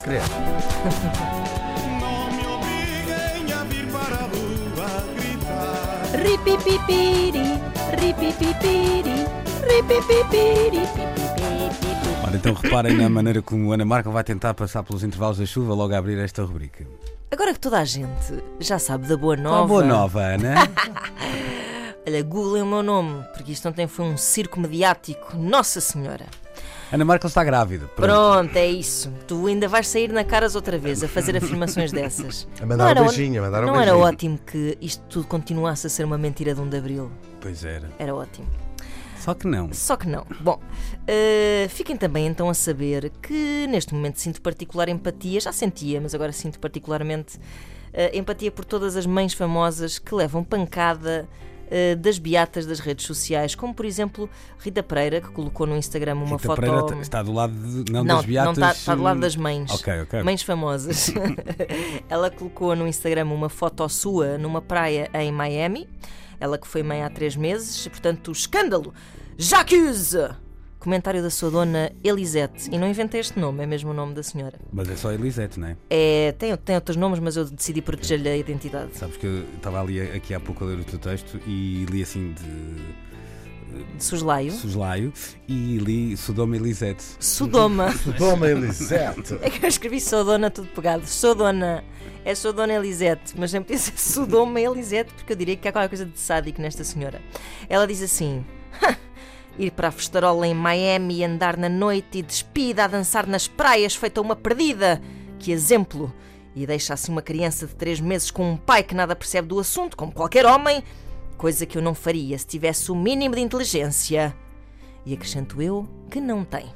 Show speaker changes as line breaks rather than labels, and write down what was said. Cria.
Não me obriguem a vir para a rua gritar.
Ripipipiri, ripipipiri, ripipipiri, pipipipiri.
Ora, então reparem na maneira como Ana Marca vai tentar passar pelos intervalos da chuva logo a abrir esta rubrica.
Agora que toda a gente já sabe da boa nova.
Uma boa nova, Ana.
Olha, Google é o meu nome, porque isto ontem foi um circo mediático. Nossa Senhora.
Ana Marca está grávida.
Pronto, é isso. Tu ainda vais sair na caras outra vez a fazer afirmações dessas.
A mandar um
era
beijinho, a mandar um
Não era
beijinho.
ótimo que isto tudo continuasse a ser uma mentira de 1 de abril.
Pois era.
Era ótimo.
Só que não.
Só que não. Bom, eh, fiquem também então a saber que neste momento sinto particular empatia, já sentia, mas agora sinto particularmente eh, empatia por todas as mães famosas que levam pancada eh, das beatas das redes sociais, como por exemplo Rita Pereira, que colocou no Instagram uma
Rita
foto.
Pereira t- está do lado de, não,
Não,
das beatas. hum,
não está, está do lado das mães.
Ok, ok.
Mães famosas. Ela colocou no Instagram uma foto sua numa praia em Miami. Ela que foi mãe há três meses, portanto, escândalo! J'accuse! Comentário da sua dona Elisete. E não inventei este nome, é mesmo o nome da senhora.
Mas é só Elisete, não é?
É, tem, tem outros nomes, mas eu decidi proteger-lhe a identidade.
Sabes que eu estava ali aqui há pouco a ler o teu texto e li assim de
De Soslaio.
soslaio e li Sodoma e Elisete.
Sodoma.
Dona Elisete.
É que eu escrevi Sodona tudo pegado. Sodona. É Sodona Elisete, mas não podia ser Sodoma Elisete, porque eu diria que há qualquer coisa de sádico nesta senhora. Ela diz assim: "Ha! ir para a festarola em Miami e andar na noite e despida a dançar nas praias, feita uma perdida. Que exemplo! E deixa assim uma criança de três meses com um pai que nada percebe do assunto, como qualquer homem, coisa que eu não faria se tivesse o mínimo de inteligência. E acrescento eu que não tem.